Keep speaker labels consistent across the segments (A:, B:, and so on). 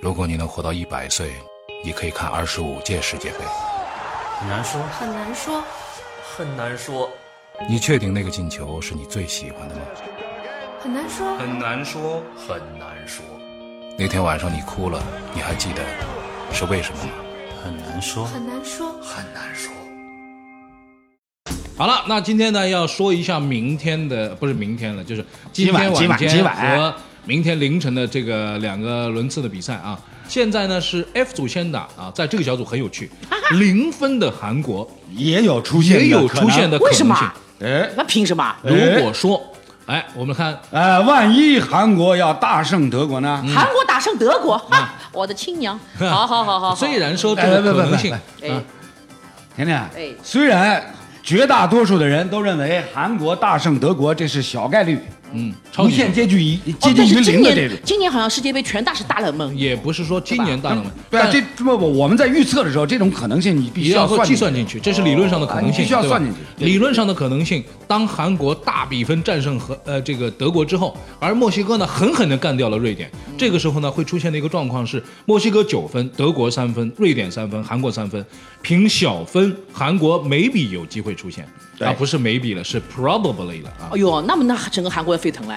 A: 如果你能活到一百岁，你可以看二十五届世界杯。
B: 很难说，
C: 很难说。
B: 很难说，
A: 你确定那个进球是你最喜欢的吗？
C: 很难说，
B: 很难说，很难说，
A: 那天晚上你哭了，你还记得是为什么吗？
B: 很难说，
C: 很难说。
B: 很难说。
D: 好了，那今天呢要说一下明天的，不是明天了，就是今天
E: 今晚今晚
D: 间
E: 今晚
D: 和明天凌晨的这个两个轮次的比赛啊。现在呢是 F 组先打啊，在这个小组很有趣，
E: 啊
D: 零分的韩国
E: 也有出现的
D: 也
E: 可能，
D: 有出现的可
E: 为
D: 能
E: 什
D: 性。
E: 么？哎，
F: 那凭什么？
D: 如果说，哎，我们看
E: 呃，万一韩国要大胜德国呢？
D: 嗯
F: 韩国打胜德国，哈，我的亲娘！好好好好
E: 哦
F: 哦好，
D: 虽然说这个可能性
E: 来来来来来，
F: 哎，
E: 甜甜，
F: 哎
E: 虽然绝大多数的人都认为韩国大胜德国这是小概率，
D: 嗯，超
E: 无
D: 级
E: 限接近于接
F: 哦，
E: 近
F: 但
E: 于
F: 是今
E: 零的这
F: 年
E: 种。
F: 今年好像世界杯全大是大冷门，
D: 也不是说今年大冷门，
E: 对啊，
D: 但
E: 这这么我我们在预测的时候，这种可能性你必须
D: 也要
E: 算
D: 计算进去，这是理论上的可能性，
E: 啊你必须要
D: 对吧
E: 算进去对
D: 理论上的可能性，当韩国大比分战胜和呃这个德国之后，而墨西哥呢狠狠地干掉了瑞典，这个时候呢会出现的一个状况是，墨西哥九分，德国三分，瑞典三分，韩国三分，凭小分，韩国每比有机会出现，
E: 对
D: 啊不是每比了，是 probably 了啊
F: 哎。呦，那么那整个韩国要沸腾嘞，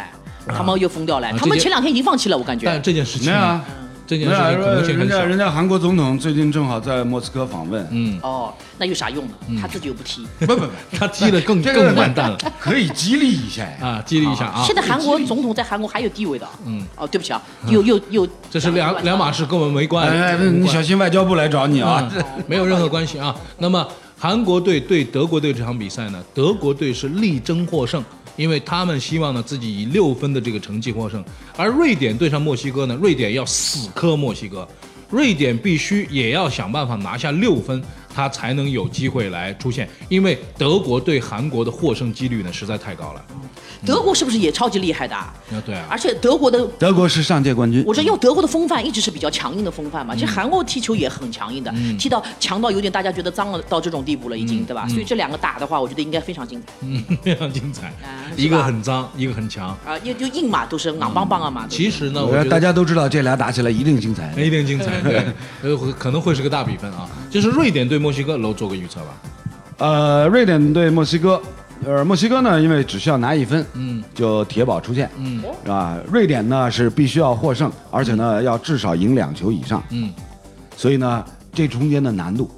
F: 他们又疯掉嘞
D: 啊，
F: 他们
D: 这些
F: 前两天已经放弃了，我感觉
D: 但。这件事情
E: 没有啊，
D: 嗯这件
E: 没有
D: 事
E: 啊
D: 情可能性
E: 人
D: 很
E: 家人
D: 小，
E: 家韩国总统最近正好在莫斯科访问，
D: 嗯，
F: 哦，那有啥用呢？他自己又不踢。
E: 不不不，
D: 他踢得更
E: 这个
D: 更完蛋 了
E: 可以激励一下呀。
D: 啊，激励一 下啊。
F: 现在韩国总统在韩国还有地位的。嗯。哦，对不起啊，又又又。
D: 这是两两码事，跟我们没关
E: 哎
D: 系。
E: 哎，你小心外交部来找你啊！
D: 嗯 没有任何关系啊。那么韩国队对德国队这场比赛呢，德国队是力争获胜，因为他们希望呢自己以六分的这个成绩获胜。而瑞典对上墨西哥呢，瑞典要死磕墨西哥，瑞典必须也要想办法拿下六分。他才能有机会来出现，因为德国对韩国的获胜几率呢实在太高了。嗯
F: 德国是不是也超级厉害的啊？
D: 啊，对啊，
F: 而且德国的
E: 德国是上届冠军，
F: 我说，因为德国的风范一直是比较强硬的风范嘛，
E: 嗯
F: 其实韩国踢球也很强硬的，踢到强到有点大家觉得脏了到这种地步了，已经、
E: 嗯
F: 对吧？所以这两个打的话，我觉得应该非常精彩
D: 嗯，非常精彩，
F: 啊
D: 一
F: 是
D: 个
F: 吧
D: 很脏，一个很强。
F: 啊，因为就硬嘛，都
E: 嗯
F: 是硬邦邦啊嘛。
D: 其
F: 实
D: 实呢，呃我
E: 我说
D: 觉得哎
E: 大家都知道这俩打起来一定精彩。
D: 一定精彩，对，呃，会可能会是个大比分啊。就是瑞典对墨西哥，楼做个预测吧。
E: 呃，瑞典对墨西哥，呃，墨西哥呢，因为只需要拿一分，嗯，就铁保出线，嗯，是吧？瑞典呢是必须要获胜，而且呢要至少赢两球以上，
D: 嗯，
E: 所以呢这中间的难度，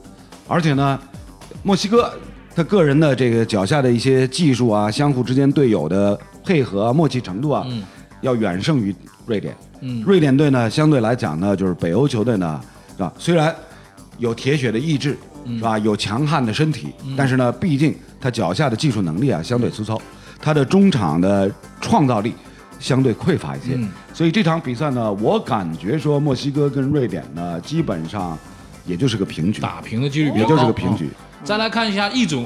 E: 而且呢，墨西哥他个人的这个脚下的一些技术啊，相互之间队友的配合啊、默契程度啊，
D: 嗯
E: 要远胜于瑞典。
D: 嗯
E: 瑞典队呢，相对来讲呢，就是北欧球队呢，是吧？虽然有铁血的意志，
D: 嗯
E: 是吧？有强悍的身体，但是呢，毕竟他脚下的技术能力啊相对粗糙，
D: 嗯
E: 他的中场的创造力相对匮乏一些。
D: 嗯
E: 所以这场比赛呢，我感觉说墨西哥跟瑞典呢，基本上也就是个平局，
D: 打平的几率比
E: 也
D: 较高，
E: 就是个平局。
D: 啊。再来看一下一组，
E: 哦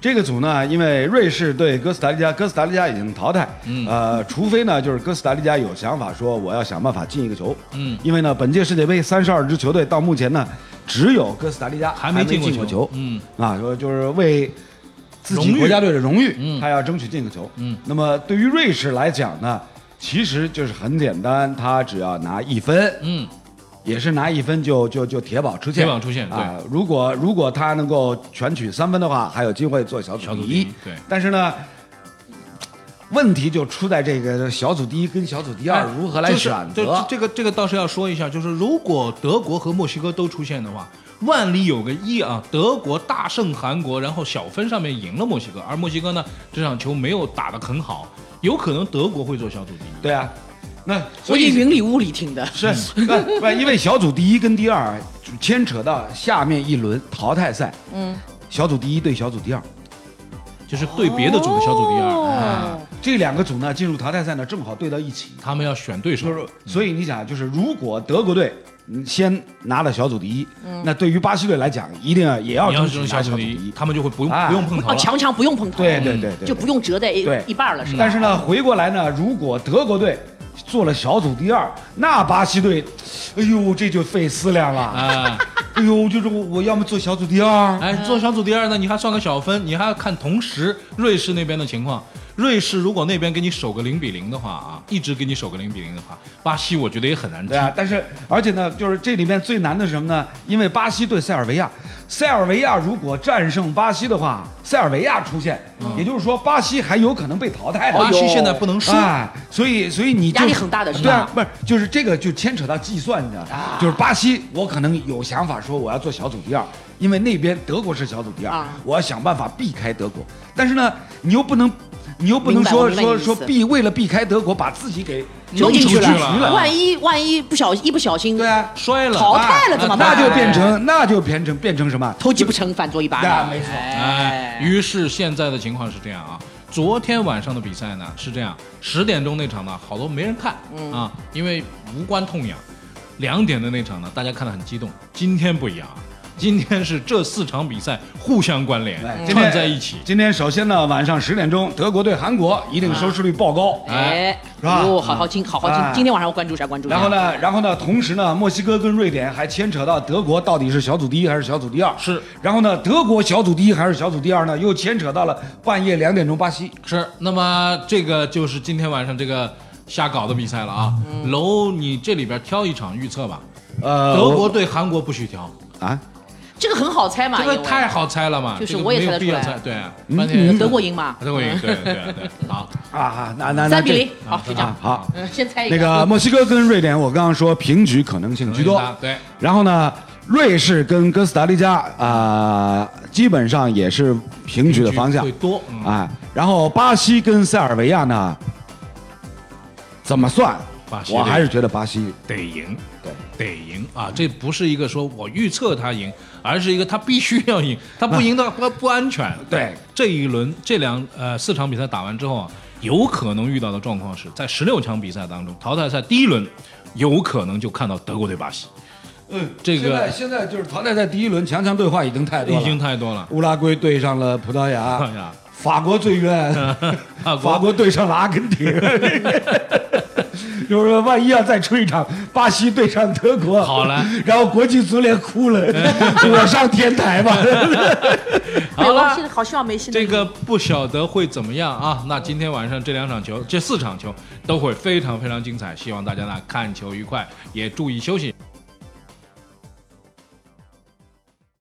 E: 这个组呢，因为瑞士对哥斯达黎加，哥斯达黎加已经淘汰，
D: 嗯
E: 呃，除非呢，就是哥斯达黎加有想法说我要想办法进一个球，
D: 嗯，
E: 因为呢，本届世界杯三十二支球队到目前呢，只有哥斯达黎加
D: 还没
E: 没
D: 进过
E: 进过
D: 球
E: 球，
D: 嗯，
E: 啊，说就是为自己
D: 荣誉
E: 国家队的荣誉，
D: 嗯
E: 他要争取进个球，
D: 嗯，
E: 那么对于瑞士来讲呢，其实就是很简单，他只要拿一分，
D: 嗯，
E: 也是拿一分就就就铁保出线，
D: 铁保出线对
E: 啊。如果如果他能够全取三分的话，还有机会做小
D: 小组
E: 组第
D: 第一
E: 一。
D: 对
E: 但是呢，问题就出在这个小组第一跟小组第二如何来选
D: 哎就是
E: 择
D: 这。这个这个倒是要说一下，就是如果德国和墨西哥都出现的话，万里有个一啊，德国大胜韩国，然后小分上面赢了墨西哥，而墨西哥呢这场球没有打得很好，有可能德国会做小组第一。
E: 对啊，那
F: 我
E: 所
F: 也
E: 以
F: 云里雾里听的，
E: 是
D: 嗯
E: 那不因为小组第一跟第二牵扯到下面一轮淘汰赛，
F: 嗯，
E: 小组第一对小组第二，
D: 就是对别的组的小组第二，啊
F: 哦
E: 这两个组呢进入淘汰赛呢正好对到一起，
D: 他们要选对手
E: 就。是，所以你想，啊就是如果德国队嗯先拿了小组第一，
F: 嗯
E: 那对于巴西队来讲，一定要也要
D: 你要
E: 争
D: 是
E: 取
D: 用
E: 拿
D: 小
E: 组
D: 组
E: 第
D: 第
E: 一
D: 一，。他们就会不用
E: 哎
D: 不用碰头
F: 啊，
D: 了。
F: 强强不用碰头，
E: 对对对对，
F: 就不用折在一
E: 对
F: 一半了，是吧？
E: 但是呢，回过来呢，如果德国队做了小组第二，那巴西队，哎呦，这就费思量了。
D: 啊，
E: 哎呦，就是我我要么做小组第二，
D: 哎，做小组第二呢，你还算个小分，你还要看同时瑞士那边的情况。瑞士如果那边给你守个零比零的话啊，一直给你守个零比零的话，巴西我觉得也很难踢
E: 对。啊，但是而且呢，就是这里面最难的是什么呢？因为巴西对塞尔维亚，塞尔维亚如果战胜巴西的话，塞尔维亚出现，也就是说巴西还有可能被淘汰的。
D: 嗯巴西现在不能输，
E: 哎，所以所以你就
F: 压力很大的是吧啊
E: 对啊，不是，就是这个就牵扯到计算，你知道吗？就是巴西，我可能有想法说我要做小组第二，因为那边德国是小组第二，
F: 啊
E: 我要想办法避开德国。但是呢，你又不能，你又不能
F: 明白我
E: 说
F: 明白你
E: 说
F: 的意
E: 说
F: 思
E: 避为了避开德国，把自己给
F: 球进
D: 去
F: 去
D: 了
F: 了，万一万一不小一不小心
E: 对啊，
D: 摔了，
F: 淘汰了
D: 啊
F: 怎么
E: 那
F: 办？
E: 就变成那就变成变成什么？
F: 偷鸡不成反做一巴
E: 那
F: 掌。
E: 啊没错
D: 哎，于是现在的情况是这样啊。昨天晚上的比赛呢是这样，十点钟那场呢好多没人看、啊，因为无关痛痒。两点的那场呢，大家看得很激动。今天不一样啊，今天是这四场比赛互相关联
E: 哎，今天
D: 串在一起。
E: 今天首先呢，晚上十点钟，德国对韩国一定收视率爆高。
F: 哎，
E: 是吧
F: 哟，好好听，好好听
E: 哎。
F: 今天晚上我关注一下，关注一下。
E: 然后呢，然后呢，同时呢，墨西哥跟瑞典还牵扯到德国到底是小组第一还是小组第二。
D: 是。
E: 然后呢，德国小组第一还是小组第二呢？又牵扯到了半夜两点钟巴西。
D: 是，那么这个就是今天晚上这个瞎搞的比赛了啊。
F: 嗯
D: 楼，你这里边挑一场预测吧。
E: 呃
D: 德国对韩国不许挑，
E: 啊，
F: 这个很好猜嘛，
D: 这个
F: 因为
D: 太好猜了嘛，
F: 就是
D: 这个
F: 我也
D: 没有
F: 猜得
D: 必要
F: 出来
D: 猜。对，
E: 嗯
D: 半天
F: 呃德国赢嘛，
D: 嗯啊
F: 嗯
D: 德国赢，对对对对，好，
E: 啊，那那那
F: 三比
E: 这
F: 零，好，就这样
E: 啊。好。
F: 嗯，先猜一
E: 那个墨西哥跟瑞典，我刚刚说平局可能性
F: 嗯
E: 居多。
D: 对，
E: 然后呢，瑞士跟哥斯达黎加啊、基本上也是平局的方向
D: 会多，嗯
E: 啊。然后巴西跟塞尔维亚呢，怎么算
D: 巴？西
E: 我
D: 这
E: 还是觉得巴西
D: 得赢，对，得赢啊！这不是一个说我预测他赢，而是一个他必须要赢，他不赢的话 不不安全。
E: 对，
D: 这一轮这两呃四场比赛打完之后啊，有可能遇到的状况是在十六强比赛当中，淘汰赛第一轮有可能就看到德国对巴西，
E: 嗯，
D: 这个
E: 现在现在就是淘汰赛第一轮强强对话已经太多了，啊
D: 已经太多了。
E: 乌拉圭对上了葡萄牙，
D: 哎呀，
E: 法国最 冤，
D: 法
E: 法
D: 国
E: 国对上了阿根 廷。就是说，万一要再出一场巴西对上德国，
D: 好了，
E: 然后国际足联 哭了，我上天台吧。
F: 哎
D: 好
F: 呦
D: 了
F: 现在好希望梅西能
D: 这个不晓得会怎么样啊？那今天晚上这两场球，这四场球都会非常非常精彩，希望大家呢看球愉快，也注意休息。